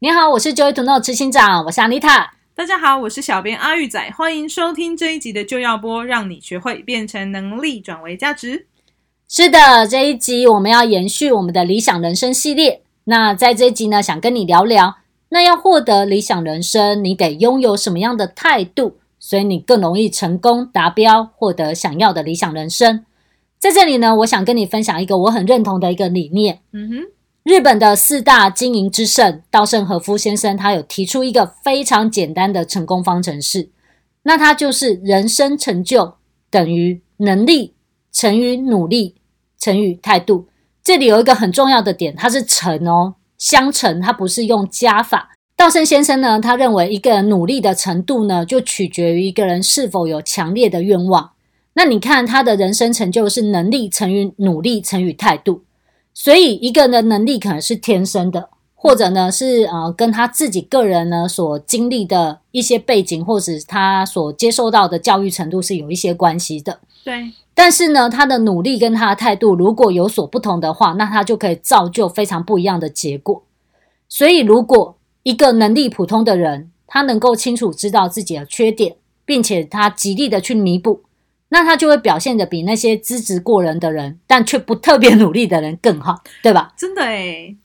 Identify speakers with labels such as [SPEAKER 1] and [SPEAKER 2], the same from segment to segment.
[SPEAKER 1] 你好，我是 Joy To Know 执行长，我是 Anita。
[SPEAKER 2] 大家好，我是小编阿玉仔，欢迎收听这一集的就要播，让你学会变成能力转为价值。
[SPEAKER 1] 是的，这一集我们要延续我们的理想人生系列。那在这一集呢，想跟你聊聊，那要获得理想人生，你得拥有什么样的态度，所以你更容易成功达标，获得想要的理想人生。在这里呢，我想跟你分享一个我很认同的一个理念。
[SPEAKER 2] 嗯哼，
[SPEAKER 1] 日本的四大经营之圣稻盛和夫先生，他有提出一个非常简单的成功方程式，那它就是人生成就等于能力乘以努力乘以态度。这里有一个很重要的点，它是乘哦，相乘，它不是用加法。稻盛先生呢，他认为一个人努力的程度呢，就取决于一个人是否有强烈的愿望。那你看他的人生成就是能力乘以努力乘以态度，所以一个人的能力可能是天生的，或者呢是呃跟他自己个人呢所经历的一些背景，或者是他所接受到的教育程度是有一些关系的。
[SPEAKER 2] 对，
[SPEAKER 1] 但是呢，他的努力跟他的态度如果有所不同的话，那他就可以造就非常不一样的结果。所以，如果一个能力普通的人，他能够清楚知道自己的缺点，并且他极力的去弥补，那他就会表现的比那些资质过人的人，但却不特别努力的人更好，对吧？
[SPEAKER 2] 真的欸 诶，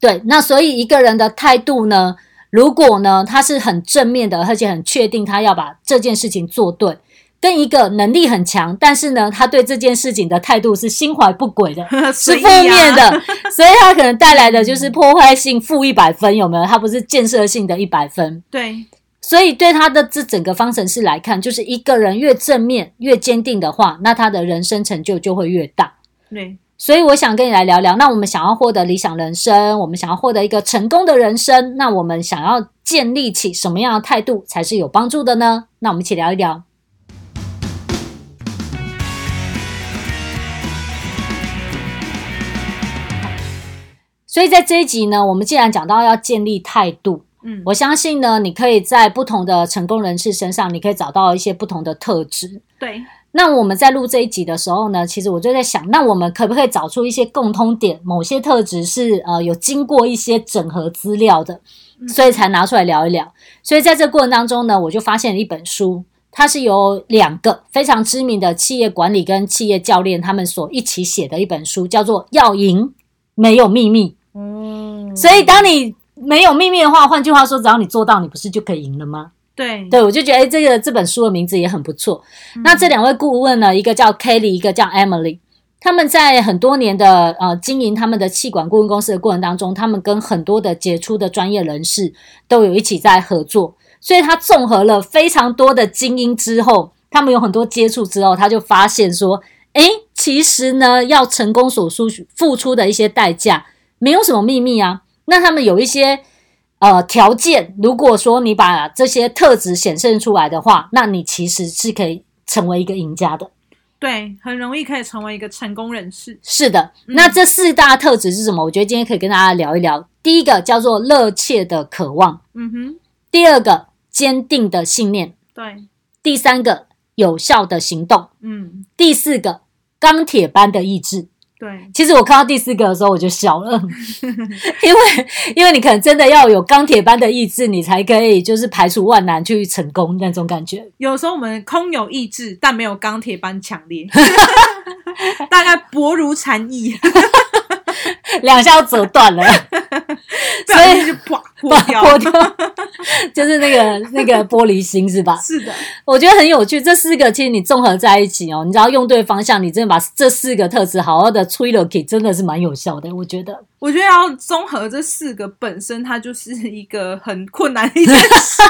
[SPEAKER 1] 对，那所以一个人的态度呢，如果呢他是很正面的，而且很确定他要把这件事情做对，跟一个能力很强，但是呢他对这件事情的态度是心怀不轨的，是
[SPEAKER 2] 随
[SPEAKER 1] 负
[SPEAKER 2] 意啊
[SPEAKER 1] 面，的， 所以他可能带来的就是破坏性负一百分，有没有？他不是建设性的一百分，
[SPEAKER 2] 对，
[SPEAKER 1] 所以对他的这整个方程式来看，就是一个人越正面、越坚定的话，那他的人生成就就会越大。
[SPEAKER 2] 对，
[SPEAKER 1] 所以我想跟你来聊聊，那我们想要获得理想人生，我们想要获得一个成功的人生，那我们想要建立起什么样的态度才是有帮助的呢？那我们一起聊一聊。所以在这一集呢，我们既然讲到要建立态度，
[SPEAKER 2] 嗯，
[SPEAKER 1] 我相信呢，你可以在不同的成功人士身上，你可以找到一些不同的特质。
[SPEAKER 2] 对，
[SPEAKER 1] 那我们在录这一集的时候呢，其实我就在想，那我们可不可以找出一些共通点？某些特质是呃有经过一些整合资料的，
[SPEAKER 2] 嗯
[SPEAKER 1] 所以才拿出来聊一聊。所以在这过程当中呢，我就发现了一本书，它是由两个非常知名的企业管理跟企业教练他们所一起写的一本书，叫做《要赢没有秘密》。
[SPEAKER 2] 哦，
[SPEAKER 1] 所以当你没有秘密的话，换句话说，只要你做到，你不是就可以赢了吗？
[SPEAKER 2] 对，
[SPEAKER 1] 对，我就觉得哎，诶这个这本书的名字也很不错。
[SPEAKER 2] 嗯
[SPEAKER 1] 那这两位顾问呢，一个叫 Kelly，一个叫 Emily。他们在很多年的呃经营他们的气管顾问公司的过程当中，他们跟很多的杰出的专业人士都有一起在合作，所以他综合了非常多的精英之后，他们有很多接触之后，他就发现说，诶，其实呢，要成功所付付出的一些代价，没有什么秘密啊。那他们有一些呃条件，如果说你把这些特质显现出来的话，那你其实是可以成为一个赢家的。
[SPEAKER 2] 对，很容易可以成为一个成功人士。
[SPEAKER 1] 是的，
[SPEAKER 2] 嗯
[SPEAKER 1] 那这四大特质是什么？我觉得今天可以跟大家聊一聊。第一个叫做热切的渴望，
[SPEAKER 2] 嗯哼，
[SPEAKER 1] 第二个坚定的信念，
[SPEAKER 2] 对，
[SPEAKER 1] 第三个有效的行动，
[SPEAKER 2] 嗯，
[SPEAKER 1] 第四个钢铁般的意志。
[SPEAKER 2] 对，
[SPEAKER 1] 其实我看到第四个的时候我就笑了，因为因为你可能真的要有钢铁般的意志，你才可以就是排除万难去成功那种感觉。
[SPEAKER 2] 有时候我们空有意志，但没有钢铁般强 烈，大概薄如蝉翼，
[SPEAKER 1] 两下要折断了，
[SPEAKER 2] 不然 就啪 破 掉。
[SPEAKER 1] 破掉，就是那个那个玻璃心是 吧？
[SPEAKER 2] 是的，
[SPEAKER 1] 我觉得很有趣，这四个其实你综合在一起哦，你只要用对方向，你真的把这四个特质好好的吹了给，真的是蛮有效的，我觉 得。
[SPEAKER 2] 我觉得要综合这四个本身，它就是一个很困难的 一件事。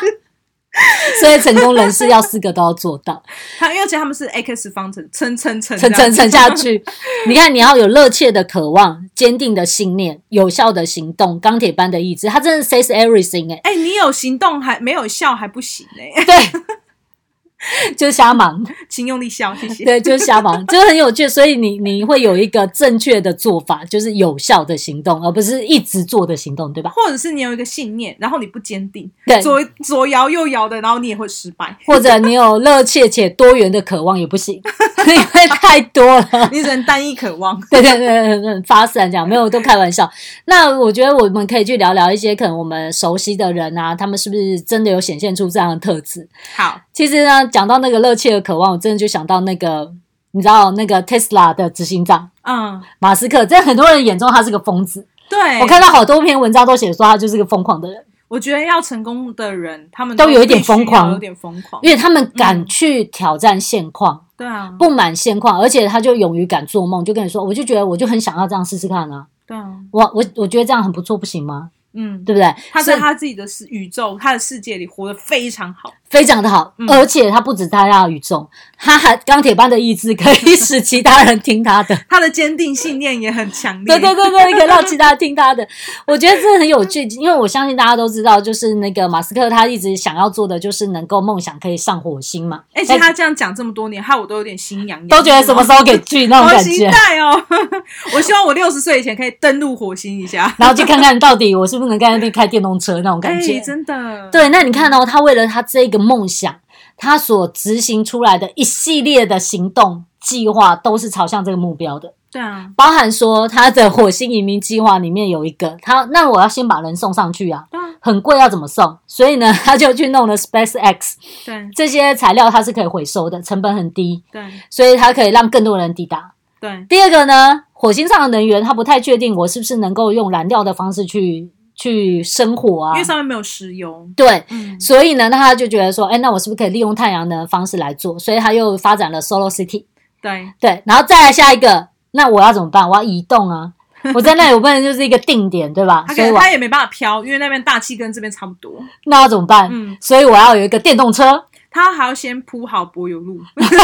[SPEAKER 1] 所以成功人士要四个都要做 到，
[SPEAKER 2] 它因为而且他们是 x 方程，乘乘乘
[SPEAKER 1] 沉
[SPEAKER 2] 这样
[SPEAKER 1] 沉沉下去。你看，你要有热切的渴望、坚定的信念、有效的行动、钢铁般的意志，它真的 says everything 哎、
[SPEAKER 2] 哎、 你有行动还没有效还不行呢、
[SPEAKER 1] 对，就是瞎忙。
[SPEAKER 2] 欸请用力笑，谢谢。
[SPEAKER 1] 对，就是瞎忙，就很有趣。所以你你会有一个正确的做法，就是有效的行动，而不是一直做的行动，对吧？
[SPEAKER 2] 或者是你有一个信念，然后你不坚定，
[SPEAKER 1] 对，
[SPEAKER 2] 左左摇右摇的，然后你也会失 败。
[SPEAKER 1] 或者你有热切且多元的渴望也不行， 因为太多了。
[SPEAKER 2] 你只能单一渴望。
[SPEAKER 1] 对对对对对，发散这样没有都开玩笑。那我觉得我们可以去聊聊一些可能我们熟悉的人啊，他们是不是真的有显现出这样的特质？
[SPEAKER 2] 好，
[SPEAKER 1] 其实呢，讲到那个热切的渴望，我真的就想到那个，你知道那个 Tesla 的执行长
[SPEAKER 2] 嗯，
[SPEAKER 1] 马斯克，在很多人眼中他是个疯子。
[SPEAKER 2] 对，
[SPEAKER 1] 我看到好多篇文章都写说他就是个疯狂的人，
[SPEAKER 2] 我觉得要成功的人，他们
[SPEAKER 1] 都有一点
[SPEAKER 2] 必须要
[SPEAKER 1] 疯狂
[SPEAKER 2] 有点疯狂。
[SPEAKER 1] 因为他们敢去挑战现况，
[SPEAKER 2] 对啊，
[SPEAKER 1] 不满现况，而且他就勇于敢做梦，就跟你说，我就觉得我就很想要这样试试看啊，
[SPEAKER 2] 对啊，
[SPEAKER 1] 我我我觉得这样很不错，不行吗？
[SPEAKER 2] 嗯，
[SPEAKER 1] 对不对？
[SPEAKER 2] 他
[SPEAKER 1] 所
[SPEAKER 2] 在
[SPEAKER 1] 以
[SPEAKER 2] 他自己的世宇宙、他的世界里活得非常好。
[SPEAKER 1] 非常的好，
[SPEAKER 2] 嗯
[SPEAKER 1] 而且他不止他要宇宙，他还钢铁般的意志可以使其他人听他的。
[SPEAKER 2] 他的坚定信念也很强
[SPEAKER 1] 对
[SPEAKER 2] 烈。
[SPEAKER 1] 对对对，可以让其他人听他的。我觉得这很有趣，因为我相信大家都知道，就是那个马斯克他一直想要做的就是能够梦想可以上火星嘛，
[SPEAKER 2] 哎、其实他这样讲这么多年，害我都有点心痒痒，
[SPEAKER 1] 都觉得什么时候给去那种
[SPEAKER 2] 好
[SPEAKER 1] 感
[SPEAKER 2] 期
[SPEAKER 1] 觉。
[SPEAKER 2] 待哦！ 我希望我六十岁以前可以登陆火星一下，
[SPEAKER 1] 然后去看看到底我是不是能在那边开电动车那种感觉。
[SPEAKER 2] 哎真的。
[SPEAKER 1] 对，那你看哦，他为了他这个梦想，他所执行出来的一系列的行动计划都是朝向这个目标的。
[SPEAKER 2] 对啊，
[SPEAKER 1] 包含说他的火星移民计划里面有一个，他那我要先把人送上去啊，
[SPEAKER 2] 对啊，
[SPEAKER 1] 很贵要怎么送？所以呢，他就去弄了 SpaceX
[SPEAKER 2] 对
[SPEAKER 1] 这些材料，它是可以回收的，成本很低，
[SPEAKER 2] 对
[SPEAKER 1] 所以它可以让更多人抵达。
[SPEAKER 2] 对，
[SPEAKER 1] 第二个呢，火星上的能源，他不太确定我是不是能够用燃料的方式去去生火啊
[SPEAKER 2] 因为，上面没有石油。
[SPEAKER 1] 对。
[SPEAKER 2] 嗯，
[SPEAKER 1] 所以呢，那他就觉得说，哎，那我是不是可以利用太阳能的方式来做？所以他又发展了 Solar City，
[SPEAKER 2] 对，
[SPEAKER 1] 对，然后再来下一个，那我要怎么办？我要移动啊！ 我在那里，我不能就是一个定点，对吧？
[SPEAKER 2] 他可
[SPEAKER 1] 所以
[SPEAKER 2] 能
[SPEAKER 1] 我
[SPEAKER 2] 他也没办法飘，因为那边大气跟这边差不多。
[SPEAKER 1] 那要怎么办？
[SPEAKER 2] 嗯
[SPEAKER 1] 所以我要有一个电动车，
[SPEAKER 2] 他还要先铺好柏油路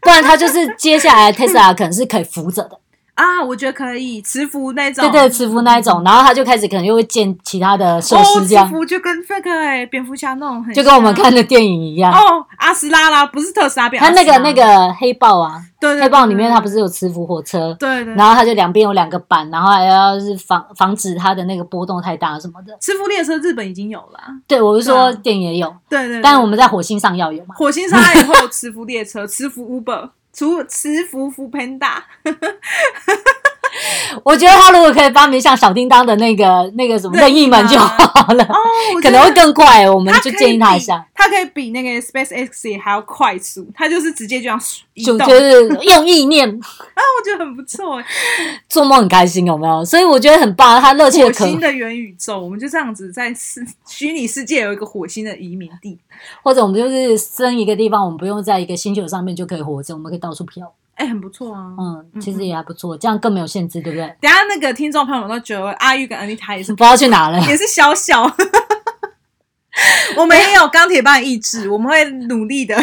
[SPEAKER 1] 不然它就是接下来 Tesla 可能是可以扶着 的，
[SPEAKER 2] 啊，我觉得可以，磁浮那种。
[SPEAKER 1] 对对，磁浮那一种，然后它就开始可能又会建其他的设
[SPEAKER 2] 嗯哦，
[SPEAKER 1] 施，这样、
[SPEAKER 2] 磁浮哦就跟这个哎、蝙蝠侠那种很像，
[SPEAKER 1] 就跟我们看的电影一样。
[SPEAKER 2] 哦，阿斯拉啦，不是特斯拉变
[SPEAKER 1] 它
[SPEAKER 2] 阿斯
[SPEAKER 1] 那
[SPEAKER 2] 拉，
[SPEAKER 1] 个那个黑豹啊，
[SPEAKER 2] 对对
[SPEAKER 1] 黑豹里面它不
[SPEAKER 2] 是
[SPEAKER 1] 是有磁浮火车，
[SPEAKER 2] 对对，
[SPEAKER 1] 然后它就两边有两个板，然后还要是防防止它的那个波动太大什么的。
[SPEAKER 2] 磁浮列车日本已经有了啊，
[SPEAKER 1] 对，我是
[SPEAKER 2] 对
[SPEAKER 1] 说
[SPEAKER 2] 啊
[SPEAKER 1] 电影也有，
[SPEAKER 2] 对对对，
[SPEAKER 1] 但我们在火星上要有嘛。
[SPEAKER 2] 火星上也会有磁浮列车、磁浮 Uber、磁磁浮浮 Panda，
[SPEAKER 1] 我觉得他如果可以发明像小叮当的那个那个什么任意门就好了，
[SPEAKER 2] 哦，我
[SPEAKER 1] 可
[SPEAKER 2] 觉
[SPEAKER 1] 能会
[SPEAKER 2] 得
[SPEAKER 1] 更快。我们
[SPEAKER 2] 它
[SPEAKER 1] 就
[SPEAKER 2] 可以
[SPEAKER 1] 建议他一
[SPEAKER 2] 比
[SPEAKER 1] 下，，
[SPEAKER 2] 它可以比那个 SpaceX 也还要快速，它就是直接就这样移
[SPEAKER 1] 就
[SPEAKER 2] 动，
[SPEAKER 1] 就
[SPEAKER 2] 啊，
[SPEAKER 1] 是用意念
[SPEAKER 2] 我觉得很不错欸。
[SPEAKER 1] 做梦很开心，有没有？所以我觉得很棒，他热切
[SPEAKER 2] 火
[SPEAKER 1] 可
[SPEAKER 2] 星的元宇宙，我们就这样子在世虚拟世界有一个火星的移民地。
[SPEAKER 1] 或者我们就是生一个地方，我们不用在一个星球上面就可以活着，我们可以到处飘。
[SPEAKER 2] 哎、很不错啊！
[SPEAKER 1] 嗯，
[SPEAKER 2] 嗯
[SPEAKER 1] 其实也还不错，这样更没有限制，对不对？
[SPEAKER 2] 等一下那个听众朋友们都觉得阿玉跟安妮塔也是
[SPEAKER 1] 不知道去哪了，
[SPEAKER 2] 也是小小， 我们也有钢铁般的意志，我们会努力的，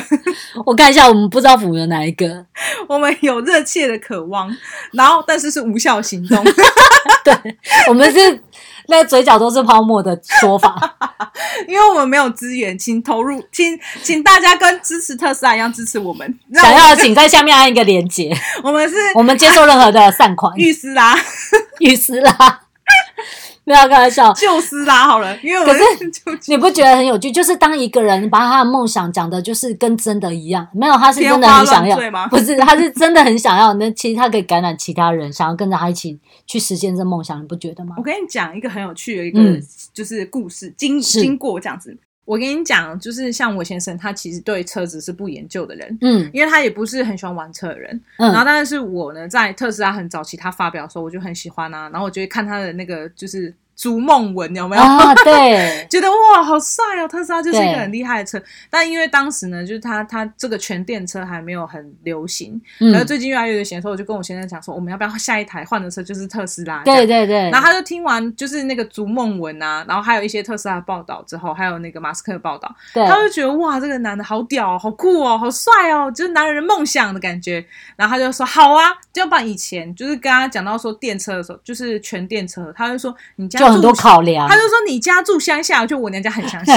[SPEAKER 1] 我看一下，我们不知道符合哪一个。
[SPEAKER 2] 我们有热切的渴望，然后但是是无效行动。
[SPEAKER 1] 我们是那嘴角都是泡沫的说 法，
[SPEAKER 2] 因为我们没有资源，请投入，请请大家跟支持特斯拉一样支持我们。让
[SPEAKER 1] 想
[SPEAKER 2] 我
[SPEAKER 1] 要请在下面按一个连接，
[SPEAKER 2] 我们是
[SPEAKER 1] 我们接受任何的善款。
[SPEAKER 2] 玉斯拉、
[SPEAKER 1] 雨丝啦， 没有开玩笑。
[SPEAKER 2] 旧斯拉好了，因为我是就
[SPEAKER 1] 你不觉得很有趣？就是当一个人把他的梦想讲的，就是跟真的一样，没有，他是真的很想
[SPEAKER 2] 天花
[SPEAKER 1] 要
[SPEAKER 2] 乱坠吗，
[SPEAKER 1] 不是，他是真的很想要。那其实他可以感染其他人，想要跟着他一起去实现这梦想，你不觉得吗
[SPEAKER 2] 我？跟你讲一个很有趣的一个、
[SPEAKER 1] 嗯
[SPEAKER 2] 就是故事经
[SPEAKER 1] 是
[SPEAKER 2] 经过这样子。我跟你讲，就是像我先生，他其实对车子是不研究的人，
[SPEAKER 1] 嗯
[SPEAKER 2] 因为他也不是很喜欢玩车的人。然后，
[SPEAKER 1] 嗯，
[SPEAKER 2] 但是我呢，在特斯拉很早期他发表的时候，我就很喜欢啊。然后我就会看他的那个就是逐梦文有没有？
[SPEAKER 1] 啊，对，
[SPEAKER 2] 觉得哇，好帅哦！特斯拉就是一
[SPEAKER 1] 对
[SPEAKER 2] 个很厉害的车，但因为当时呢，就是它它这个全电车还没有很流行，然后
[SPEAKER 1] 嗯，
[SPEAKER 2] 最近越来越流行的时候，我就跟我先生讲说，我们要不要下一台换的车就是特斯拉？
[SPEAKER 1] 对。对对
[SPEAKER 2] 然，后他就听完就是那个逐梦文啊，然后还有一些特斯拉的报道之后，还有那个马斯克的报道，
[SPEAKER 1] 对
[SPEAKER 2] 他，就觉得哇，这个男的好屌、哦，好酷哦，好帅哦，就是男人的梦想的感觉。然后他就说好啊，就要把以前就是跟他讲到说电车的时候，就是全电车，他就说你家
[SPEAKER 1] 就很
[SPEAKER 2] 住
[SPEAKER 1] 多考量啊
[SPEAKER 2] 他，就说你家住乡下，就我娘家很乡下。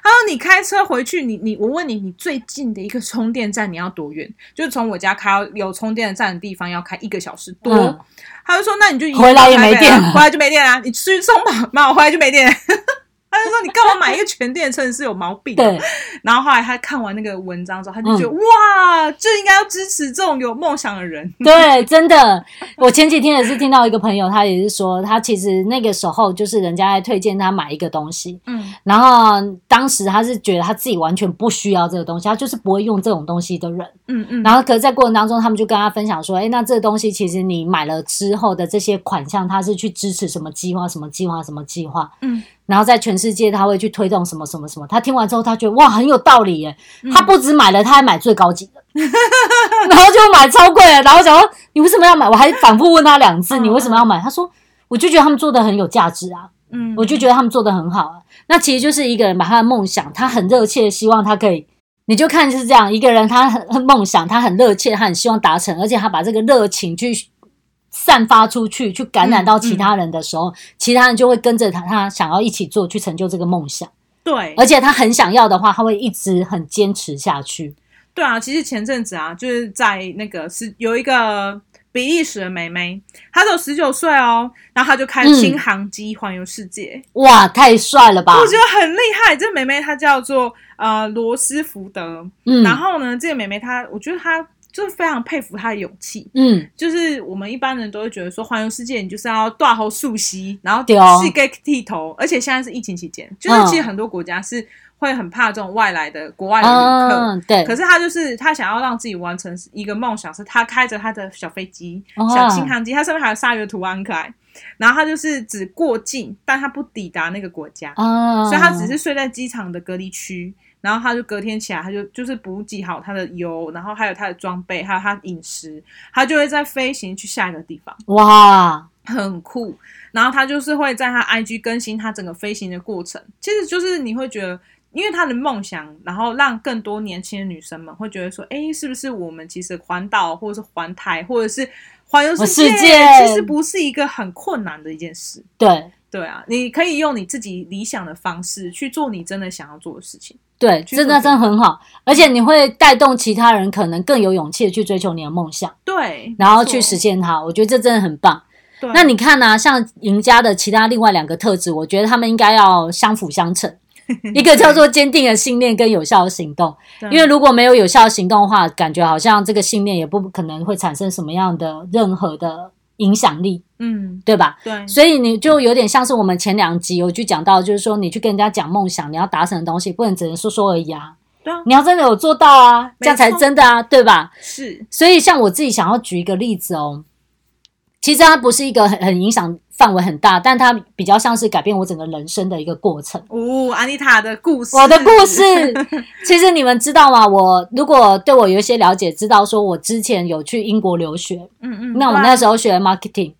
[SPEAKER 2] 他说你开车回去，你你我问你，你最近的一个充电站你要多远？就是从我家开到有充电站的地方要开一个小时多。
[SPEAKER 1] 嗯
[SPEAKER 2] 他就说那你就移
[SPEAKER 1] 回来也没
[SPEAKER 2] 台北啊
[SPEAKER 1] 电了
[SPEAKER 2] 回来就没电啦，你出去充吧，妈我回来就没电了。 他就说你干嘛买一个全电车？你是有毛病啊、
[SPEAKER 1] 对，
[SPEAKER 2] 然后后来他看完那个文章之后，他就觉
[SPEAKER 1] 嗯
[SPEAKER 2] 得、哇，就应该要支持这种有梦想的人。
[SPEAKER 1] 对，真的，我前几天也是听到一个朋友，他也是说，他其实那个时候就是人家在推荐他买一个东西，
[SPEAKER 2] 嗯
[SPEAKER 1] 然后当时他是觉得他自己完全不需要这个东西，他就是不会用这种东西的人。
[SPEAKER 2] 嗯嗯，
[SPEAKER 1] 然后，可是在过程当中，他们就跟他分享说，哎，那这个东西其实你买了之后的这些款项，它是去支持什么计划、什么计划、什么计划，
[SPEAKER 2] 嗯，
[SPEAKER 1] 然后在全世界他会去推动什么什么什么。他听完之后，他觉得哇，很有道理耶。
[SPEAKER 2] 嗯
[SPEAKER 1] 他不止买了，他还买最高 级的，然后就买超贵的。然后我想说你为什么要买？我还反复问他两次，
[SPEAKER 2] 嗯
[SPEAKER 1] 你为什么要买？他说我就觉得他们做的很有价值啊，
[SPEAKER 2] 嗯，
[SPEAKER 1] 我就觉得他们做的很好啊。那其实就是一个人把他的梦想，他很热切，希望他可以。你就看就是这样，一个人他很很梦想，他很热切，他很希望达成，而且他把这个热情去散发出去，去感
[SPEAKER 2] 嗯
[SPEAKER 1] 染到其他人的时候，其他人就会跟着他，他想要一起做，去成就这个梦想。
[SPEAKER 2] 对，
[SPEAKER 1] 而且他很想要的话，他会一直很坚持下去。
[SPEAKER 2] 对啊，其实前阵子啊，就是在那个是有一个比利时的妹妹，她只有十九岁哦，然后她就开
[SPEAKER 1] 嗯
[SPEAKER 2] 新航机环游世界，
[SPEAKER 1] 哇，太帅了吧！
[SPEAKER 2] 我觉得很厉害。这妹妹她叫做呃罗斯福德，
[SPEAKER 1] 嗯
[SPEAKER 2] 然后呢，这个妹妹她，我觉得她就是非常佩服她的勇气。
[SPEAKER 1] 嗯，
[SPEAKER 2] 就是我们一般人都会觉得说，环游世界你就是要大吼竖膝，然后
[SPEAKER 1] 对哦嗯
[SPEAKER 2] 是给剃头，而且现在是疫情期间，就是其实很多国家是会很怕这种外来的国外的旅客，
[SPEAKER 1] 嗯，对，
[SPEAKER 2] 可是他就是他想要让自己完成一个梦想，是他开着他的小飞机、
[SPEAKER 1] 哦
[SPEAKER 2] 小轻航机，它上面还有鲨鱼的图案很可爱。然后他就是只过境，但他不抵达那个国家，
[SPEAKER 1] 啊，
[SPEAKER 2] 所以他只是睡在机场的隔离区。然后他就隔天起来，他就就是补给好他的油，然后还有他的装备，还有他的饮食，他就会在飞行去下一个地方。
[SPEAKER 1] 哇，
[SPEAKER 2] 很酷。然后他就是会在他 IG 更新他整个飞行的过程，其实就是你会觉得。因为他的梦想，然后让更多年轻的女生们会觉得说，哎，是不是我们其实环岛，或者是环台，或者是环游世界，
[SPEAKER 1] 世界
[SPEAKER 2] 其实不是一个很困难的一件事。
[SPEAKER 1] 对
[SPEAKER 2] 对啊，你可以用你自己理想的方式去做你真的想要做的事情。
[SPEAKER 1] 对，
[SPEAKER 2] 去
[SPEAKER 1] 真的
[SPEAKER 2] 做
[SPEAKER 1] 真的很好，而且你会带动其他人，可能更有勇气的去追求你的梦想，
[SPEAKER 2] 对，
[SPEAKER 1] 然后
[SPEAKER 2] 没错
[SPEAKER 1] 去实。现它。我觉得这真的很棒。
[SPEAKER 2] 对，
[SPEAKER 1] 那你看呢、像赢家的其他另外两个特质，我觉得他们应该要相辅相 成。一个叫做坚定的信念跟有效的行动，
[SPEAKER 2] 对
[SPEAKER 1] 因为如果没有有效的行动的话，感觉好像这个信念也不可能会产生什么样的任何的影响力，
[SPEAKER 2] 嗯，
[SPEAKER 1] 对吧？
[SPEAKER 2] 对，
[SPEAKER 1] 所以你就有点像是我们前两集有去讲到，就是说你去跟人家讲梦想，你要达成的东西，不能只能说说而已啊，
[SPEAKER 2] 对 啊，
[SPEAKER 1] 你要真的有做到啊，这样才真的啊，对吧？
[SPEAKER 2] 是，
[SPEAKER 1] 所以像我自己想要举一个例子哦，其实它不是一个很很影响范围很大，但它比较像是改变我整个人生的一个过程。
[SPEAKER 2] 哦，安妮塔的故事，
[SPEAKER 1] 我的故事，其实你们知道吗？我如果对我有一些了解，知道说我之前有去英国留学，
[SPEAKER 2] 嗯，嗯嗯，
[SPEAKER 1] 那我们
[SPEAKER 2] 对啊
[SPEAKER 1] 那时候学 marketing，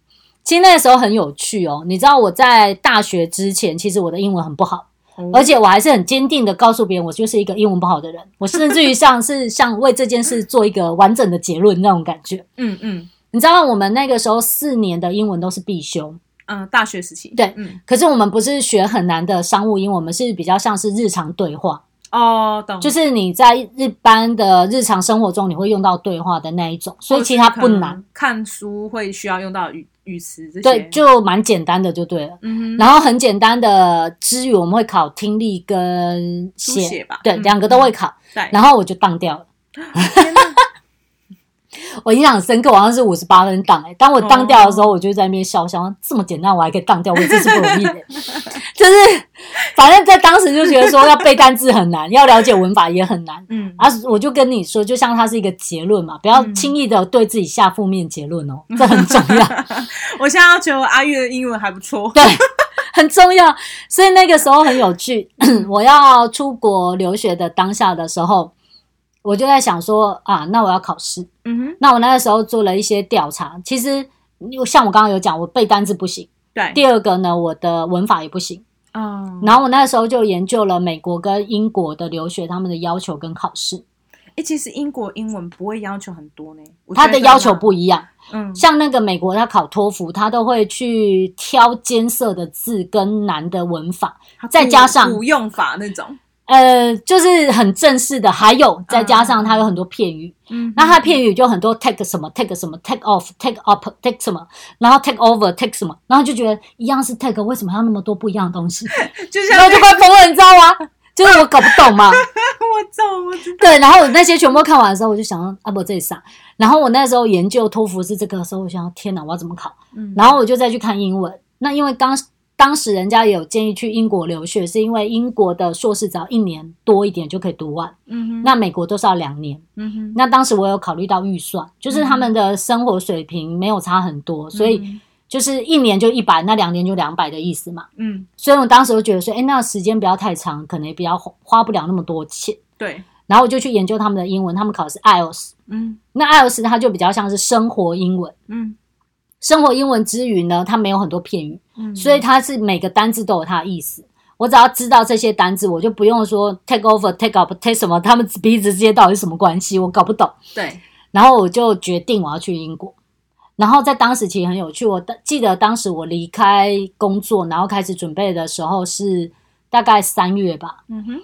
[SPEAKER 1] 其实那个时候很有趣哦。你知道我在大学之前，其实我的英文很不好，
[SPEAKER 2] 哦
[SPEAKER 1] 而且我还是很坚定的告诉别人，我就是一个英文不好的人。我甚至于像是像为这件事做一个完整的结论那种感觉。
[SPEAKER 2] 嗯嗯
[SPEAKER 1] 你知道我们那个时候四年的英文都是必修，
[SPEAKER 2] 嗯，大学时期，
[SPEAKER 1] 对
[SPEAKER 2] 嗯，
[SPEAKER 1] 可是我们不是学很难的商务英，我们是比较像是日常对话，
[SPEAKER 2] 哦，懂，
[SPEAKER 1] 就是是你在一般的日常生活中你会用到对话的那一种，所以其实它不难，，
[SPEAKER 2] 看书会需要用到语语词这些，
[SPEAKER 1] 对，就蛮简单的就对了。
[SPEAKER 2] 嗯哼，
[SPEAKER 1] 然后很简单的之余，我们会考听力跟
[SPEAKER 2] 书
[SPEAKER 1] 写，
[SPEAKER 2] 写吧，
[SPEAKER 1] 对，
[SPEAKER 2] 嗯
[SPEAKER 1] 两个都会，考。
[SPEAKER 2] 对，
[SPEAKER 1] 然后我就当掉了，
[SPEAKER 2] 天哪
[SPEAKER 1] 我印象很深刻，我好像是五十八分当、欸。当我当掉的时候，我就在那边笑，想说这么简单我还可以当掉，我真是不容易、 欸。就是反正在当时就觉得说要背单字很难，要 了解文法也很难。
[SPEAKER 2] 嗯，
[SPEAKER 1] 啊，我就跟你说，就像它是一个结论嘛，不要
[SPEAKER 2] 嗯
[SPEAKER 1] 轻易的对自己下负面结论哦，这很重要。
[SPEAKER 2] 我现在要觉得阿玉的英文还不错，
[SPEAKER 1] 对， 很重要。所以那个时候很有趣。 我要出国留学的当下的时候，我就在想说啊，那我要考试。
[SPEAKER 2] 嗯哼，
[SPEAKER 1] 那我那个时候做了一些调查，其实像我刚刚有讲，我背单字不行。
[SPEAKER 2] 对，
[SPEAKER 1] 第二个呢，我的文法也不行。
[SPEAKER 2] 哦，
[SPEAKER 1] 然后我那时候就研究了美国跟英国的留学他们的要求跟考试，
[SPEAKER 2] 哎，其实英国英文不会要求很多呢，我觉
[SPEAKER 1] 他
[SPEAKER 2] 得
[SPEAKER 1] 的要求，不一样。
[SPEAKER 2] 嗯，
[SPEAKER 1] 像那个美国，他考托福，他都会去挑艰涩的字跟难的文法，
[SPEAKER 2] 它
[SPEAKER 1] 再
[SPEAKER 2] 古
[SPEAKER 1] 加上
[SPEAKER 2] 古用法那种，
[SPEAKER 1] 呃，就是很正式的，还有再加上它有很多片语，
[SPEAKER 2] 嗯，
[SPEAKER 1] 那它片语就很多 take 什么 take 什么 take off take up take 什么，然后 take over take 什么，然后就觉得一样是 take，为什么要那么多不一样的 东西？
[SPEAKER 2] 就像
[SPEAKER 1] 然后就快疯了，你知道吗？就是我搞不懂 嘛。
[SPEAKER 2] 我懂，我知道
[SPEAKER 1] 对，然后我那些全部看完的时候，我就想说啊不，这里傻。然后我那时候研究托福是这个的时候，我想天哪，我要怎么考？
[SPEAKER 2] 嗯
[SPEAKER 1] 然后我就再去看英文。那因为当当时人家也有建议去英国留学，是因为英国的硕士只要一年多一点就可以读完，
[SPEAKER 2] 嗯哼，
[SPEAKER 1] 那美国都是要两年。
[SPEAKER 2] 嗯哼，
[SPEAKER 1] 那当时我有考虑到预算，就是他们的生活水平没有差很多，所以
[SPEAKER 2] 嗯
[SPEAKER 1] 就是一年就一百，那两年就两百的意思嘛。
[SPEAKER 2] 嗯，
[SPEAKER 1] 所以我当时就觉得说，哎，那时间不要太长，可能也比较花花不了那么多钱。
[SPEAKER 2] 对，
[SPEAKER 1] 然后我就去研究他们的英文，他们考的是 IELTS，
[SPEAKER 2] 嗯
[SPEAKER 1] 那 IELTS 它就比较像是生活英文。
[SPEAKER 2] 嗯
[SPEAKER 1] 生活英文之余呢，它没有很多片语，
[SPEAKER 2] 嗯，
[SPEAKER 1] 所以它是每个单字都有它的意思。我只要知道这些单字，我就不用说 take over、take up、take 什么，他们彼此之间到底是什么关系，我搞不懂。
[SPEAKER 2] 对，
[SPEAKER 1] 然后我就决定我要去英国。然后在当时其实很有趣，我当记得当时我离开工作，然后开始准备的时候是大概三月吧，
[SPEAKER 2] 嗯哼，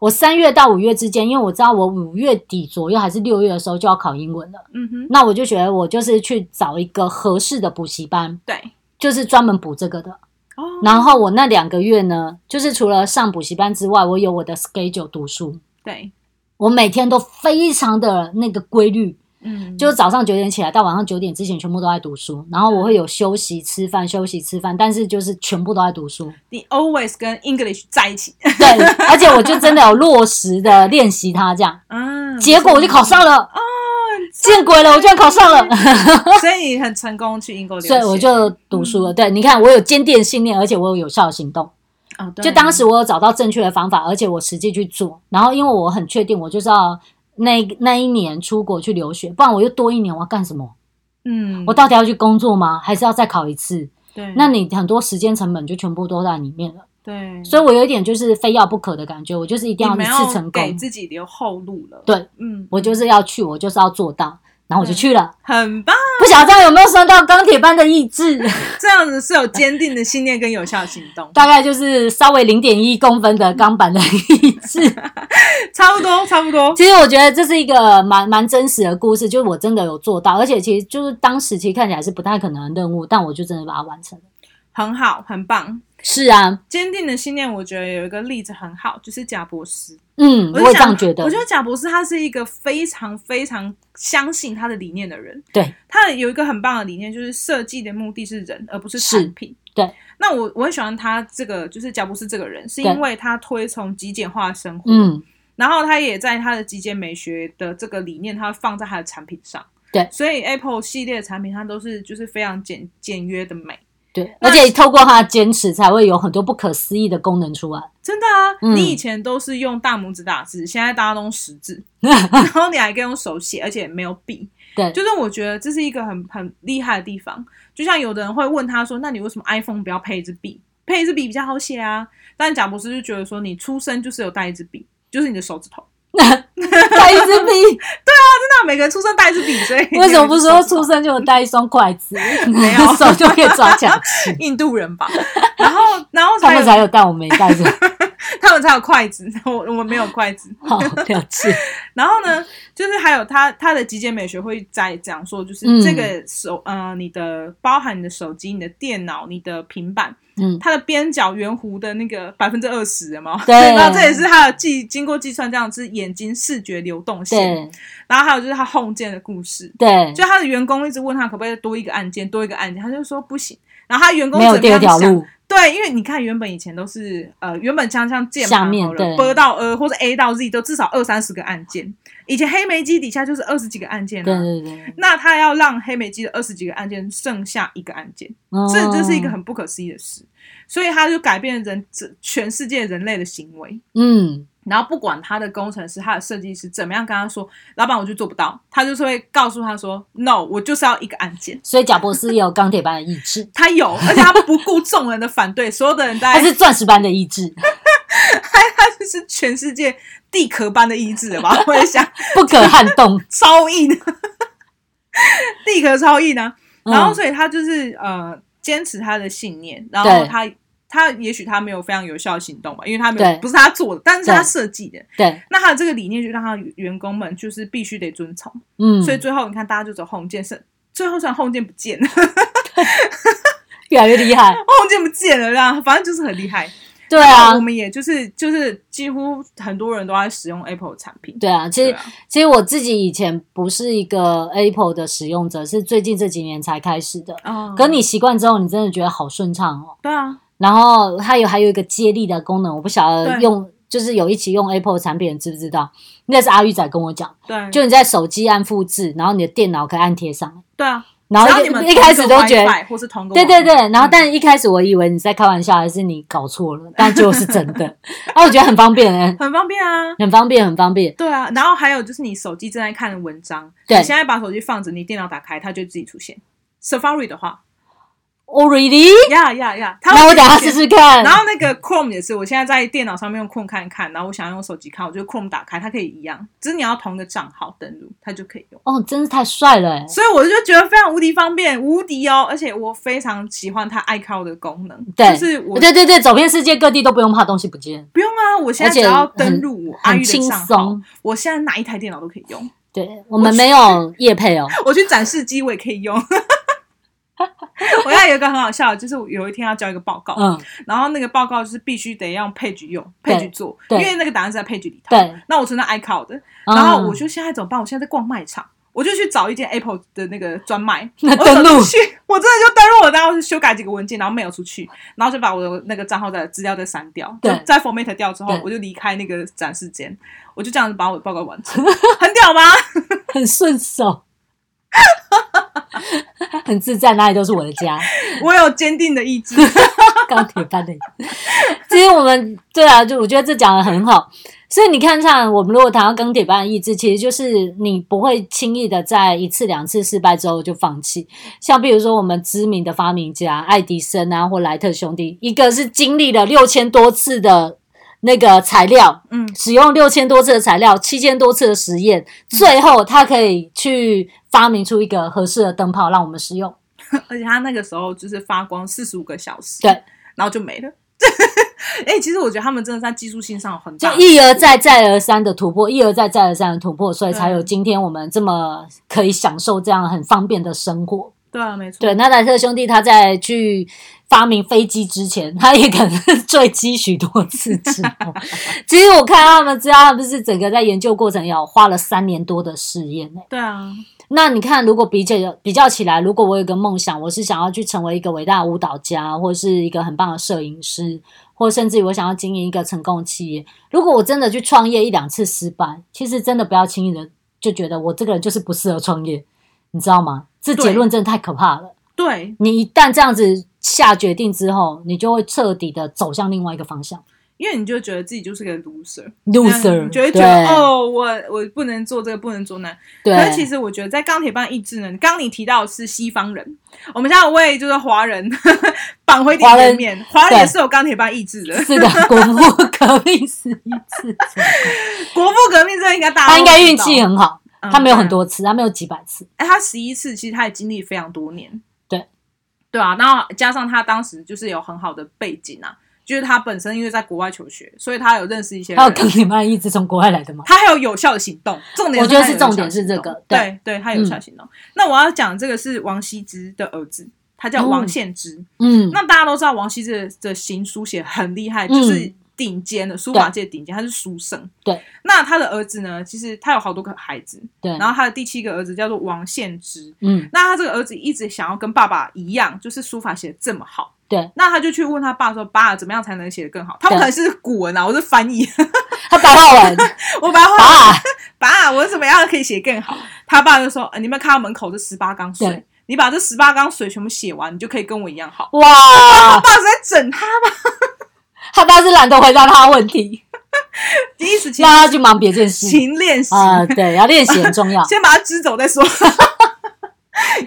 [SPEAKER 1] 我三月到五月之间，因为我知道我五月底左右还是六月的时候就要考英文了，
[SPEAKER 2] 嗯哼，
[SPEAKER 1] 那我就觉得我就是去找一个合适的补习班，
[SPEAKER 2] 对，
[SPEAKER 1] 就是专门补这个的。
[SPEAKER 2] 哦，
[SPEAKER 1] 然后我那两个月呢，就是除了上补习班之外，我有我的 schedule 读书，
[SPEAKER 2] 对，
[SPEAKER 1] 我每天都非常的那个规律，
[SPEAKER 2] 嗯，
[SPEAKER 1] 就是早上九点起来到晚上九点之前全部都在读书，然后我会有休息吃饭，休息吃饭，但是就是全部都在读 书。
[SPEAKER 2] 你 always 跟 English 在一起，
[SPEAKER 1] 对，而且我就真的有落实的练习它这样，
[SPEAKER 2] 嗯，
[SPEAKER 1] 结果我就考上了。
[SPEAKER 2] 哦，
[SPEAKER 1] 见鬼了，我居然考上了，
[SPEAKER 2] 所以 你很成功去英国留
[SPEAKER 1] 所
[SPEAKER 2] 学，
[SPEAKER 1] 以我就读书了。
[SPEAKER 2] 嗯
[SPEAKER 1] 对，你看我有坚定的信念，而且我有有效的行动。
[SPEAKER 2] 哦，对
[SPEAKER 1] 就当时我有找到正确的方法，而且我实际去做。然后因为我很确定，我就是要那那一年出国去留学，不然我又多一年，我要干什么？
[SPEAKER 2] 嗯，
[SPEAKER 1] 我到底要去工作吗？还是要再考一次？
[SPEAKER 2] 对，
[SPEAKER 1] 嗯那你很多时间成本就全部都在里面了。
[SPEAKER 2] 对，
[SPEAKER 1] 所以我有一点就是非要不可的感觉，我就是一定
[SPEAKER 2] 你
[SPEAKER 1] 要一
[SPEAKER 2] 们
[SPEAKER 1] 次成
[SPEAKER 2] 要给
[SPEAKER 1] 功。
[SPEAKER 2] 自己留后路了，
[SPEAKER 1] 对，
[SPEAKER 2] 嗯，
[SPEAKER 1] 我就是要去，我就是要做到，然后我就
[SPEAKER 2] 对
[SPEAKER 1] 去了。
[SPEAKER 2] 很棒，
[SPEAKER 1] 不晓得这样有没有算到钢铁般的意志？
[SPEAKER 2] 这样子是有坚定的信念跟有效行动，
[SPEAKER 1] 大概就是稍微零点一公分的钢板的意志。
[SPEAKER 2] 差不多，差不多，
[SPEAKER 1] 其实我觉得这是一个蛮蛮真实的故事，就是我真的有做到，而且其实就是当时其实看起来是不太可能的任务，但我就真的把它完成了。
[SPEAKER 2] 很好，很棒。
[SPEAKER 1] 是啊，
[SPEAKER 2] 坚定的信念，我觉得有一个例子很好，就是贾博士。
[SPEAKER 1] 嗯，我
[SPEAKER 2] 就
[SPEAKER 1] 也这
[SPEAKER 2] 想
[SPEAKER 1] 样觉得
[SPEAKER 2] 我。觉得贾博士他是一个非常非常相信他的理念的人。
[SPEAKER 1] 对，
[SPEAKER 2] 他有一个很棒的理念，就是设计的目的是人，而不是
[SPEAKER 1] 是
[SPEAKER 2] 产品。
[SPEAKER 1] 对。
[SPEAKER 2] 那我我很喜欢他这个，就是贾博士这个人，是
[SPEAKER 1] 对
[SPEAKER 2] 因为他推崇极简化生活，
[SPEAKER 1] 嗯，
[SPEAKER 2] 然后他也在他的极简美学的这个理念，他放在他的产品上。
[SPEAKER 1] 对
[SPEAKER 2] 所以 Apple 系列的产品，它都是就是非常简简约的美。
[SPEAKER 1] 对，
[SPEAKER 2] 那
[SPEAKER 1] 而且透过他的坚持，才会有很多不可思议的功能出来。
[SPEAKER 2] 真的啊，
[SPEAKER 1] 嗯
[SPEAKER 2] 你以前都是用大拇指打字，现在大家都用食 指，然后你还可以用手写，而且没有笔。
[SPEAKER 1] 对，
[SPEAKER 2] 就是我觉得这是一个很很厉害的地方。就像有的人会问他说：“那你为什么 iPhone 不要配一支笔？配一支笔比较好写啊？”但贾博士就觉得说：“你出生就是有带一支笔，就是你的手指头。
[SPEAKER 1] 带一支 笔，
[SPEAKER 2] 那每个人出生带一支笔，所以
[SPEAKER 1] 为什么不说
[SPEAKER 2] 出
[SPEAKER 1] 出生就有带一双筷子，
[SPEAKER 2] 没 有
[SPEAKER 1] 手就可以抓起来吃？
[SPEAKER 2] 印度人吧？然后然后
[SPEAKER 1] 他
[SPEAKER 2] 才有
[SPEAKER 1] 们才有带，我没带 着。
[SPEAKER 2] 他们才有筷子， 我我们没有筷子。
[SPEAKER 1] 好，了解。
[SPEAKER 2] 然后呢，就是还有他他的极简美学会在讲说，就是
[SPEAKER 1] 嗯
[SPEAKER 2] 这个手、呃，你的包含你的手机、你的电脑、你的平板，
[SPEAKER 1] 嗯，
[SPEAKER 2] 它的边角圆弧的那个百分之二十嘛，
[SPEAKER 1] 对
[SPEAKER 2] 然后这也是它的计经过计算，这样是眼睛视觉流动性。
[SPEAKER 1] 对
[SPEAKER 2] 然后还有就是他 home 键的故事，
[SPEAKER 1] 对，
[SPEAKER 2] 就他的员工一直问他可不可以多一个按键，多一个按键，他就说不行。然后他员工
[SPEAKER 1] 没有
[SPEAKER 2] 怎么
[SPEAKER 1] 第二
[SPEAKER 2] 样
[SPEAKER 1] 条
[SPEAKER 2] 想
[SPEAKER 1] 路。
[SPEAKER 2] 对，因为你看，原本以前都是呃，原本像像键
[SPEAKER 1] 下
[SPEAKER 2] 盘
[SPEAKER 1] 面
[SPEAKER 2] 好了
[SPEAKER 1] 对
[SPEAKER 2] ，B 到 A 或者 A 到 Z 都至少二三十个按键。以前黑莓机底下就是二十几个按键、
[SPEAKER 1] 对
[SPEAKER 2] 啊，
[SPEAKER 1] 对对，
[SPEAKER 2] 那他要让黑莓机的二十几个按键剩下一个按键，这这是一
[SPEAKER 1] 哦
[SPEAKER 2] 个很不可思议的事。所以他就改变人这全世界人类的行为。
[SPEAKER 1] 嗯，
[SPEAKER 2] 然后不管他的工程师、他的设计师怎么样跟他说，老板我就做不到，他就是会告诉他说，no，我就是要一个按键。
[SPEAKER 1] 所以贾博士也有钢铁般的意 志，
[SPEAKER 2] 他有，而且他不顾众人的反对，所有的人都
[SPEAKER 1] 他
[SPEAKER 2] 在
[SPEAKER 1] 是钻石般的意志，
[SPEAKER 2] 他就是全世界地壳般的意志了吧？我 在想，
[SPEAKER 1] 不可撼动。
[SPEAKER 2] 超硬，地 壳超硬啊！然后，
[SPEAKER 1] 嗯
[SPEAKER 2] 所以他就是呃，坚持他的信念，然后
[SPEAKER 1] 对
[SPEAKER 2] 他他也许他没有非常有效的行动吧，因为他没
[SPEAKER 1] 对
[SPEAKER 2] 有不是他做的，但是他
[SPEAKER 1] 对
[SPEAKER 2] 设计的。
[SPEAKER 1] 对，
[SPEAKER 2] 那他的这个理念就让他员工们就是必须得遵从，
[SPEAKER 1] 嗯，
[SPEAKER 2] 所以最后你看大家就走红建是。最后虽然红建不见了，
[SPEAKER 1] 越来越厉害。
[SPEAKER 2] 红建不见了啦，反正就是很厉害。
[SPEAKER 1] 对啊
[SPEAKER 2] 我，们也就是就是几乎很多人都在使用 Apple 的产品。
[SPEAKER 1] 对啊，其
[SPEAKER 2] 对
[SPEAKER 1] 实
[SPEAKER 2] 啊，
[SPEAKER 1] 其实我自己以前不是一个 Apple 的使用者，是最近这几年才开始的。
[SPEAKER 2] 哦
[SPEAKER 1] 可你习惯之后，你真的觉得好顺畅哦。
[SPEAKER 2] 对啊，
[SPEAKER 1] 然后它有还有一个接力的功能，我不晓得
[SPEAKER 2] 对
[SPEAKER 1] 用，就是有一起用 Apple 的产品，你知不知道？那是阿玉仔跟我讲，
[SPEAKER 2] 对，
[SPEAKER 1] 就你在手机按复制，然后你的电脑可以按贴上，
[SPEAKER 2] 对啊。
[SPEAKER 1] 然后
[SPEAKER 2] 只要
[SPEAKER 1] 一
[SPEAKER 2] 你们
[SPEAKER 1] 一开始都觉得。
[SPEAKER 2] 或是同个
[SPEAKER 1] 对对对
[SPEAKER 2] 网络，
[SPEAKER 1] 然后但一开始我以为你在开玩笑，还是你搞错了，但结果是真的。 然后我觉得很方便、欸，
[SPEAKER 2] 很方便啊。
[SPEAKER 1] 很方便，很方便。
[SPEAKER 2] 对啊，然后还有就是你手机正在看的文章，
[SPEAKER 1] 对
[SPEAKER 2] 你现在把手机放着，你电脑打开，它就自己出现。Safari 的话，
[SPEAKER 1] Oh really？
[SPEAKER 2] 呀呀呀，它
[SPEAKER 1] 那我
[SPEAKER 2] 会自己
[SPEAKER 1] 等下
[SPEAKER 2] 出
[SPEAKER 1] 试
[SPEAKER 2] 现。
[SPEAKER 1] 试看。
[SPEAKER 2] 然后那个 Chrome 也是，我现在在电脑上面用 Chrome 看一看，然后我想用手机看，我就 Chrome 打开，它可以一样，只是你要同一个账号登录，它就可以用。
[SPEAKER 1] 哦，真是太帅了、欸！
[SPEAKER 2] 所以我就觉得非常无敌方便，无敌哦！而且我非常喜欢它 iCloud 的功能，
[SPEAKER 1] 对
[SPEAKER 2] 就是我
[SPEAKER 1] 对对对，走遍世界各地都不用怕东西不见，
[SPEAKER 2] 不用啊，我现
[SPEAKER 1] 而
[SPEAKER 2] 在
[SPEAKER 1] 且
[SPEAKER 2] 只要
[SPEAKER 1] 很
[SPEAKER 2] 登录我阿玉
[SPEAKER 1] 很
[SPEAKER 2] 的
[SPEAKER 1] 轻
[SPEAKER 2] 账号
[SPEAKER 1] 松，。
[SPEAKER 2] 我现在哪一台电脑都可以用，
[SPEAKER 1] 对我们没有夜配 哦，
[SPEAKER 2] 我去展示机我也可以用。 我要有一个很好笑的，就是我有一天要交一个报告，
[SPEAKER 1] 嗯，
[SPEAKER 2] 然后那个报告就是必须得让 Page 用
[SPEAKER 1] 对
[SPEAKER 2] ，Page 做，因
[SPEAKER 1] 对
[SPEAKER 2] 为那个答案是在 Page 里头。
[SPEAKER 1] 对。
[SPEAKER 2] 那我存在 iCloud 的，然后
[SPEAKER 1] 嗯
[SPEAKER 2] 我就现在怎么办？我现在在逛卖场，我就去找一间 Apple 的那个专卖，
[SPEAKER 1] 那
[SPEAKER 2] 我
[SPEAKER 1] 登
[SPEAKER 2] 走进
[SPEAKER 1] 录
[SPEAKER 2] 去，我真的就登录我，然后修改几个文件，然后没有出去，然后就把我的那个账号的资料再删掉，
[SPEAKER 1] 对
[SPEAKER 2] 就再 format 掉之后
[SPEAKER 1] 对，
[SPEAKER 2] 我就离开那个展示间，我就这样子把我的报告完 成，很屌吗？
[SPEAKER 1] 很顺手， 很自在，哪里都是我的家，
[SPEAKER 2] 我有坚定的意志，
[SPEAKER 1] 钢铁般的。其实我们对啊，就我觉得这讲的很好。所以你看看，我们如果谈到钢铁般的意志，其实就是你不会轻易的在一次两次失败之后就放弃。像比如说我们知名的发明家爱迪生啊，或莱特兄弟，一个是经历了六千多次的那个材料，
[SPEAKER 2] 嗯，
[SPEAKER 1] 使用六千多次的材料，七千多次的实验，最后他可以去发明出一个合适的灯泡让我们使用。
[SPEAKER 2] 而且他那个时候就是发光四十五个小时，
[SPEAKER 1] 对，
[SPEAKER 2] 然后就没了。 哎、其实我觉得他们真的在技术性上有很
[SPEAKER 1] 就
[SPEAKER 2] 大的
[SPEAKER 1] 一而再、再而三的突破，一而再、再而三的突破，所以
[SPEAKER 2] 对
[SPEAKER 1] 才有今天我们这么可以享受这样很方便的生活。
[SPEAKER 2] 对啊，没错，
[SPEAKER 1] 对，那莱特兄弟他在去发明飞机之前，他也可能坠机许多次之后。其实我看他们知道，他们是整个在研究过程要花了三年多的试验呢、
[SPEAKER 2] 对啊，
[SPEAKER 1] 那你看，如果比较比较起来，如果我有一个梦想，我是想要去成为一个伟大的舞蹈家，或是一个很棒的摄影师，或甚至于我想要经营一个成功的企业。如果我真的去创业一两次失败，其实真的不要轻易的就觉得我这个人就是不适合创业，你知道吗？这
[SPEAKER 2] 对
[SPEAKER 1] 结论真的太可怕了。
[SPEAKER 2] 对，
[SPEAKER 1] 你一旦这样子下决定之后，你就会彻底的走向另外一个方向
[SPEAKER 2] 因为你就觉得自己就是个 loser，
[SPEAKER 1] ，loser，
[SPEAKER 2] 嗯你就会
[SPEAKER 1] 对
[SPEAKER 2] 觉得哦，我我不能做这个，不能做那。可是其
[SPEAKER 1] 对
[SPEAKER 2] 实我觉得在钢铁般意志呢，刚刚你提到的是西方人，我们现在为就是华人 绑回点颜面，华人也是有钢铁般意志的。
[SPEAKER 1] 是的，国 父革命是一 次成功，
[SPEAKER 2] 国父革命这应该大家
[SPEAKER 1] 他应该
[SPEAKER 2] 都知
[SPEAKER 1] 运气
[SPEAKER 2] 道，
[SPEAKER 1] 很好。
[SPEAKER 2] 嗯
[SPEAKER 1] 他没有很，多次，他没有几百次。
[SPEAKER 2] 对啊哎，他十一次，其实他也经历非常多年。
[SPEAKER 1] 对，
[SPEAKER 2] 对啊，然后加上他当时就是有很好的背景啊，就是他本身因为在国外求学，所以他有认识一些人，
[SPEAKER 1] 还有钢铁曼一直从国外来的嘛？
[SPEAKER 2] 他还有有效的行动，重点
[SPEAKER 1] 我觉得
[SPEAKER 2] 他
[SPEAKER 1] 是
[SPEAKER 2] 有有效
[SPEAKER 1] 重点是这
[SPEAKER 2] 行动
[SPEAKER 1] 个对嗯
[SPEAKER 2] 对对，他有效行动。那我要讲这个是王羲之的儿子，他叫王献之。
[SPEAKER 1] 嗯，
[SPEAKER 2] 那大家都知道王羲之的的行书写很厉害，就是顶尖的书法界顶尖，他是书圣。
[SPEAKER 1] 对，
[SPEAKER 2] 那他的儿子呢，其实他有好多个孩子，
[SPEAKER 1] 对，
[SPEAKER 2] 然后他的第七个儿子叫做王献之。
[SPEAKER 1] 嗯，
[SPEAKER 2] 那他这个儿子一直想要跟爸爸一样，就是书法写的这么好。
[SPEAKER 1] 对，
[SPEAKER 2] 那他就去问他爸说：“爸，怎么样才能写得更好？”他们
[SPEAKER 1] 对
[SPEAKER 2] 可能是古文啊，我是翻译，
[SPEAKER 1] 他白话文，
[SPEAKER 2] 我把它画
[SPEAKER 1] 爸，
[SPEAKER 2] 爸，我怎么样可以写更好？他爸就说：“呃、你们看到门口这十八缸
[SPEAKER 1] 对
[SPEAKER 2] 水，你把这十八缸水全部写完，你就可以跟我一样好。”
[SPEAKER 1] 哇，
[SPEAKER 2] 爸是在整他吧？
[SPEAKER 1] 他爸是懒得回答他的问题，
[SPEAKER 2] 意思其实
[SPEAKER 1] 让他去忙别件事
[SPEAKER 2] 勤练习，
[SPEAKER 1] 啊。对，要练习很
[SPEAKER 2] 。
[SPEAKER 1] 重要
[SPEAKER 2] 先把他支走再说。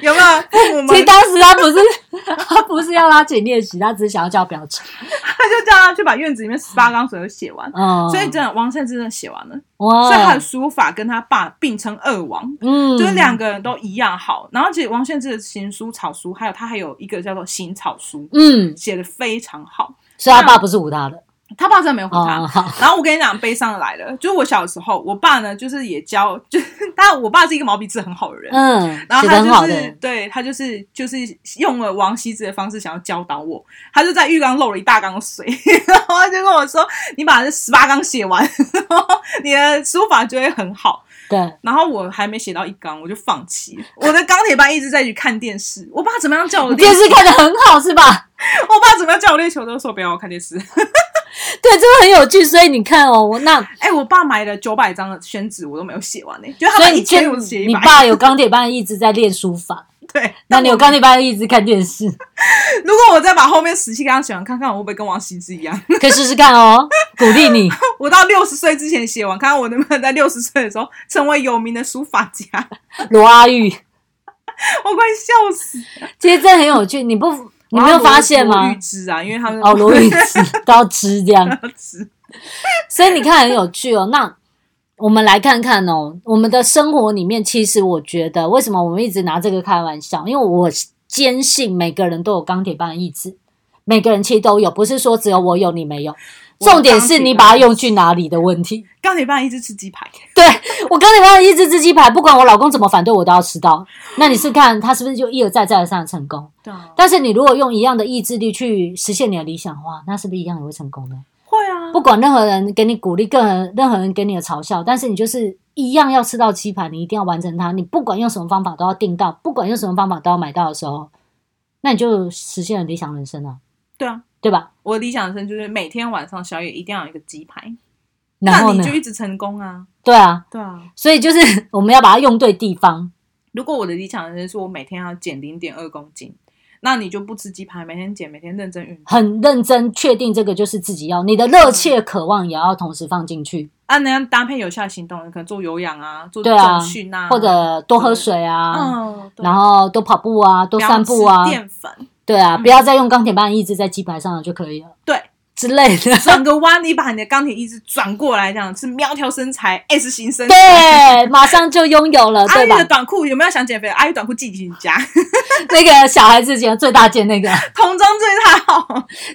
[SPEAKER 2] 有没有父母们
[SPEAKER 1] 其实当时他不是 他不是要他请练习，他只是想要叫表情。
[SPEAKER 2] 他就叫他去把院子里面十八缸水都写完？
[SPEAKER 1] 嗯，
[SPEAKER 2] 所以真的，王胜真的写完了，所以他
[SPEAKER 1] 哇
[SPEAKER 2] 的，书法跟他爸并称二王。
[SPEAKER 1] 哦嗯，
[SPEAKER 2] 就是两个人都一样好，然后其实王献之的行书、草书，还有他还有一个叫做行草书，
[SPEAKER 1] 嗯，
[SPEAKER 2] 写的非常好。
[SPEAKER 1] 所以他爸不是唬他的
[SPEAKER 2] 他爸真的没有唬嗯他。
[SPEAKER 1] 哦，好，
[SPEAKER 2] 然后我跟你讲，悲伤来了，就是我小时候，我爸呢，就是也教， 就是但我爸是一个毛笔字很好的人，
[SPEAKER 1] 嗯，
[SPEAKER 2] 然后
[SPEAKER 1] 写的
[SPEAKER 2] 他
[SPEAKER 1] 很好
[SPEAKER 2] 就
[SPEAKER 1] 的
[SPEAKER 2] 是对他就是就是用了王羲之的方式想要教导我，他就在浴缸漏了一大缸水， 然后他就跟我说：“你把这十八缸写完， 然后你的书法就会很好。
[SPEAKER 1] 对”
[SPEAKER 2] 然后我还没写到一缸，我就放弃了。我的钢铁班一直在去看电视，我爸怎么样叫我练
[SPEAKER 1] 电，视看的很好是吧？
[SPEAKER 2] 我爸怎么样叫我练球都说不要我看电视。
[SPEAKER 1] 对，这个很有趣，所以你看哦，我那
[SPEAKER 2] 哎、我爸买了九百张的宣纸，我都没有写完呢、就他
[SPEAKER 1] 所以
[SPEAKER 2] 们
[SPEAKER 1] 你
[SPEAKER 2] 一
[SPEAKER 1] 就
[SPEAKER 2] 千我写一
[SPEAKER 1] 你
[SPEAKER 2] 百，
[SPEAKER 1] 爸有钢铁般一直在练书法，
[SPEAKER 2] 对。
[SPEAKER 1] 那你有钢铁般一直看电视，
[SPEAKER 2] 如果我再把后面十七缸写完，看看我会不会跟王羲之一样。
[SPEAKER 1] 可以试试看哦，鼓励你。
[SPEAKER 2] 我到六十岁之前写完，看看我能不能在六十岁的时候成为有名的书法家。
[SPEAKER 1] 罗阿玉，
[SPEAKER 2] 我快笑死！
[SPEAKER 1] 其实这很有趣，你不你没有发现
[SPEAKER 2] 罗
[SPEAKER 1] 吗
[SPEAKER 2] 玉？芝啊，因为他们
[SPEAKER 1] 哦，罗玉 芝都要吃这样，
[SPEAKER 2] 芝，
[SPEAKER 1] 所以你看很有趣哦。那我们来看看哦，我们的生活里面，其实我觉得为什么我们一直拿这个开玩笑？因为我坚信每个人都有钢铁般的意志，每个人其实都有，不是说只有我有你没有。重点是你把它用去哪里的问题。
[SPEAKER 2] 钢铁般一直吃鸡排。
[SPEAKER 1] 对我钢铁般的意志，吃鸡排，不管我老公怎么反对，我都要吃到。那你是看他是不是就一而再再而三的成功？
[SPEAKER 2] 对啊，
[SPEAKER 1] 但是你如果用一样的意志力去实现你的理想的话，那是不是一样也会成功呢？
[SPEAKER 2] 会啊，
[SPEAKER 1] 不管任何人给你鼓励，更何任何人给你的嘲笑，但是你就是一样要吃到鸡排，你一定要完成它。你不管用什么方法都要订到，不管用什么方法都要买到的时候，那你就实现了理想人生啊，
[SPEAKER 2] 对啊。
[SPEAKER 1] 对吧？
[SPEAKER 2] 我的理想生就是每天晚上宵夜一定要有一个鸡排，
[SPEAKER 1] 然
[SPEAKER 2] 那
[SPEAKER 1] 后
[SPEAKER 2] 你
[SPEAKER 1] 呢
[SPEAKER 2] 就？一直成功啊。
[SPEAKER 1] 对啊，
[SPEAKER 2] 对啊，
[SPEAKER 1] 所以就是 我们要把它用对地方。
[SPEAKER 2] 如果我的理想人生是我每天要减零点二公斤，那你就不吃鸡排，每天减，每天认真运动。
[SPEAKER 1] 很认真确定这个就是自己要，你的热切渴望也要同时放进去，
[SPEAKER 2] 啊，那样搭配有效的行动，可能做有氧啊，做
[SPEAKER 1] 对啊
[SPEAKER 2] 重训啊，
[SPEAKER 1] 或者多喝水啊，
[SPEAKER 2] 嗯，对
[SPEAKER 1] 然后多跑步啊，多
[SPEAKER 2] 不要
[SPEAKER 1] 散步啊
[SPEAKER 2] 吃，淀粉，
[SPEAKER 1] 对啊，
[SPEAKER 2] 嗯
[SPEAKER 1] 不要再用钢铁般的意志在鸡排上了就可以了
[SPEAKER 2] 对，
[SPEAKER 1] 之类 的。
[SPEAKER 2] 转个弯，你把你的钢铁意志转过来，这样是苗条身材 S 型身材。
[SPEAKER 1] 对，马上就拥有 了，
[SPEAKER 2] 阿
[SPEAKER 1] 对
[SPEAKER 2] 玉
[SPEAKER 1] 吧
[SPEAKER 2] 的？短裤有没有想减肥？阿玉短裤寄进家，
[SPEAKER 1] 那个小孩子觉得最大件那个，
[SPEAKER 2] 童装最大号。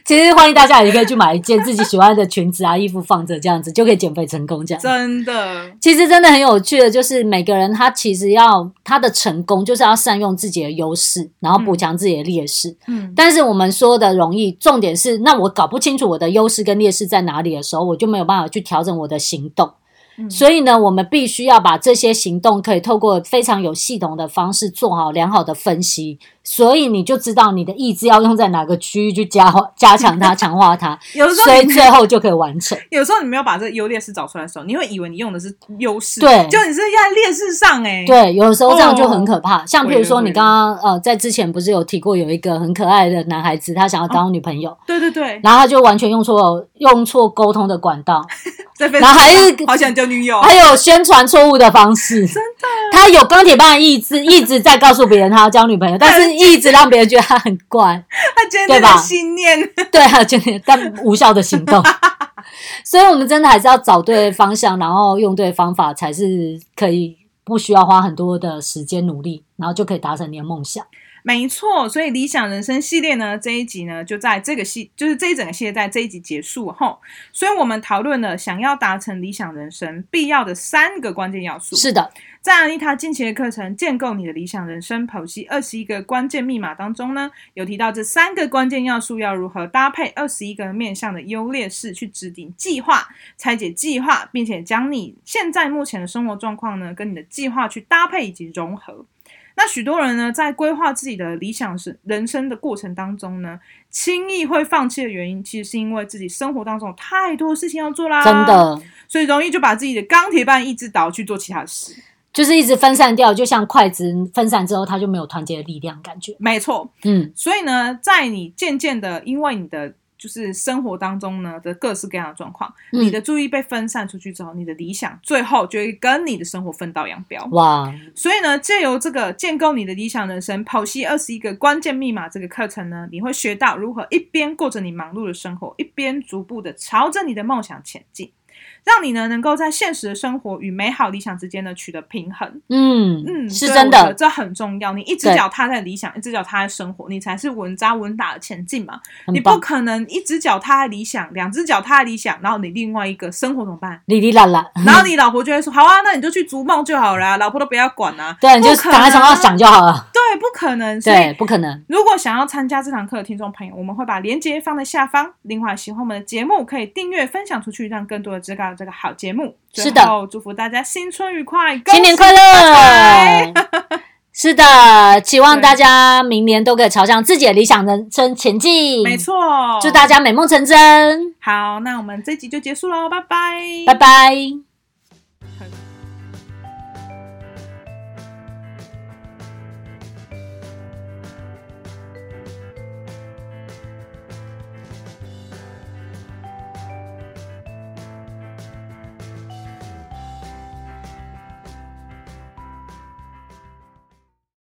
[SPEAKER 1] 其实欢迎大家也可以去买一件自己喜欢的裙子啊、衣服放着，这样子就可以减肥成功。这样，
[SPEAKER 2] 真的，
[SPEAKER 1] 其实真的很有趣的，就是每个人他其实要他的成功，就是要善用自己的优势，然后补强自己的劣势。
[SPEAKER 2] 嗯，
[SPEAKER 1] 但是我们说的容易，重点是，那我搞不清楚我的优势跟劣势在哪里的时候，我就没有办法去调整我的行动。
[SPEAKER 2] 嗯
[SPEAKER 1] 所以呢，我们必须要把这些行动可以透过非常有系统的方式做好良好的分析，所以你就知道你的意志要用在哪个区域去加化加强它、强化 它，
[SPEAKER 2] 有的时
[SPEAKER 1] 所
[SPEAKER 2] 候
[SPEAKER 1] 以
[SPEAKER 2] 你
[SPEAKER 1] 最后就可以完成。
[SPEAKER 2] 有时候你没有把这个优劣势找出来的时候，你会以为你用的是优势，
[SPEAKER 1] 对
[SPEAKER 2] 就你是在劣势上哎、欸，
[SPEAKER 1] 对，有的时候这样就很可怕。像譬如说，
[SPEAKER 2] 对对对
[SPEAKER 1] 你刚刚呃在之前不是有提过有一个很可爱的男孩子，他想要当我女朋友，
[SPEAKER 2] 对对对，
[SPEAKER 1] 然后他就完全用错用错沟通的管道。
[SPEAKER 2] 在非
[SPEAKER 1] 然后还是
[SPEAKER 2] 好想交女 友，
[SPEAKER 1] 还有宣传错误的方式，哦真的，啊他有钢铁般的意志，一直在告诉别人他要交女朋友，但是一直让别人觉得他很怪，
[SPEAKER 2] 他坚
[SPEAKER 1] 对
[SPEAKER 2] 定
[SPEAKER 1] 吧
[SPEAKER 2] 的信念，
[SPEAKER 1] 对啊，就是但无效的行 动。所以，我们真的还是要找对方向，然后用对方法，才是可以不需要花很多的时间努力，然后就可以达成你的梦想。
[SPEAKER 2] 没错，所以理想人生系列呢，这一集呢就在这个系，就是这一整个系列在这一集结束后，所以我们讨论了想要达成理想人生必要的三个关键要素。
[SPEAKER 1] 是的，
[SPEAKER 2] 在安妮塔近期的课程《建构你的理想人生》剖析二十一个关键密码当中呢，有提到这三个关键要素要如何搭配二十一个面向的优劣势去制定计划、拆解计划，并且将你现在目前的生活状况呢跟你的计划去搭配以及融合。那许多人呢，在规划自己的理想是人生的过程当中呢，轻易会放弃的原因，其实是因为自己生活当中有太多事情要做啦，
[SPEAKER 1] 真，的
[SPEAKER 2] 所以容易就把自己的钢铁般意志导去做其他事。
[SPEAKER 1] 就是一直分散掉，就像筷子分散之后，它就没有团结的力量，感觉，
[SPEAKER 2] 没错，
[SPEAKER 1] 嗯，
[SPEAKER 2] 所以呢，在你渐渐的，因为你的就是生活当中呢的各式各样的状况，
[SPEAKER 1] 嗯
[SPEAKER 2] 你的注意被分散出去之后，你的理想最后就会跟你的生活分道扬镳。
[SPEAKER 1] 哇，
[SPEAKER 2] 所以呢，借由这个建构你的理想人生、剖析二十一个关键密码这个课程呢，你会学到如何一边过着你忙碌的生活，一边逐步的朝着你的梦想前进。让你呢能够在现实的生活与美好理想之间呢取得平衡。
[SPEAKER 1] 嗯
[SPEAKER 2] 嗯，
[SPEAKER 1] 是
[SPEAKER 2] 对
[SPEAKER 1] 真
[SPEAKER 2] 我觉得
[SPEAKER 1] 的，
[SPEAKER 2] 这很重要。你一只
[SPEAKER 1] 对
[SPEAKER 2] 脚踏在理想，一只脚踏在生活，你才是稳扎稳打的前进嘛。你
[SPEAKER 1] 很
[SPEAKER 2] 不
[SPEAKER 1] 棒，
[SPEAKER 2] 可能一只脚踏在理想，两只脚踏在理想，然后你另外一个生活怎 么办？
[SPEAKER 1] 哩哩啦啦，
[SPEAKER 2] 然后你老婆就会说：“好啊，那你就去逐梦就好啦，老婆都不要管啊。
[SPEAKER 1] 对，你就
[SPEAKER 2] 不可
[SPEAKER 1] 躺在床上
[SPEAKER 2] 能
[SPEAKER 1] 想就好了”，
[SPEAKER 2] 对，不可能。所以
[SPEAKER 1] 对，不可能，
[SPEAKER 2] 如果想要参加这堂课的听众朋友，我们会把链接放在下方。另外，喜欢我们的节目，可以订阅、分享出去，让更多人知道这个好节目。
[SPEAKER 1] 是的
[SPEAKER 2] 最后，祝福大家新春愉快，
[SPEAKER 1] 新年快
[SPEAKER 2] 乐！
[SPEAKER 1] 乐
[SPEAKER 2] 财。
[SPEAKER 1] 是的，期望
[SPEAKER 2] 对
[SPEAKER 1] 大家明年都可以朝向自己的理想人生前进。
[SPEAKER 2] 没，错，
[SPEAKER 1] 祝大家美梦成真，
[SPEAKER 2] 好，那我们这集就结束喽，拜拜，
[SPEAKER 1] 拜拜。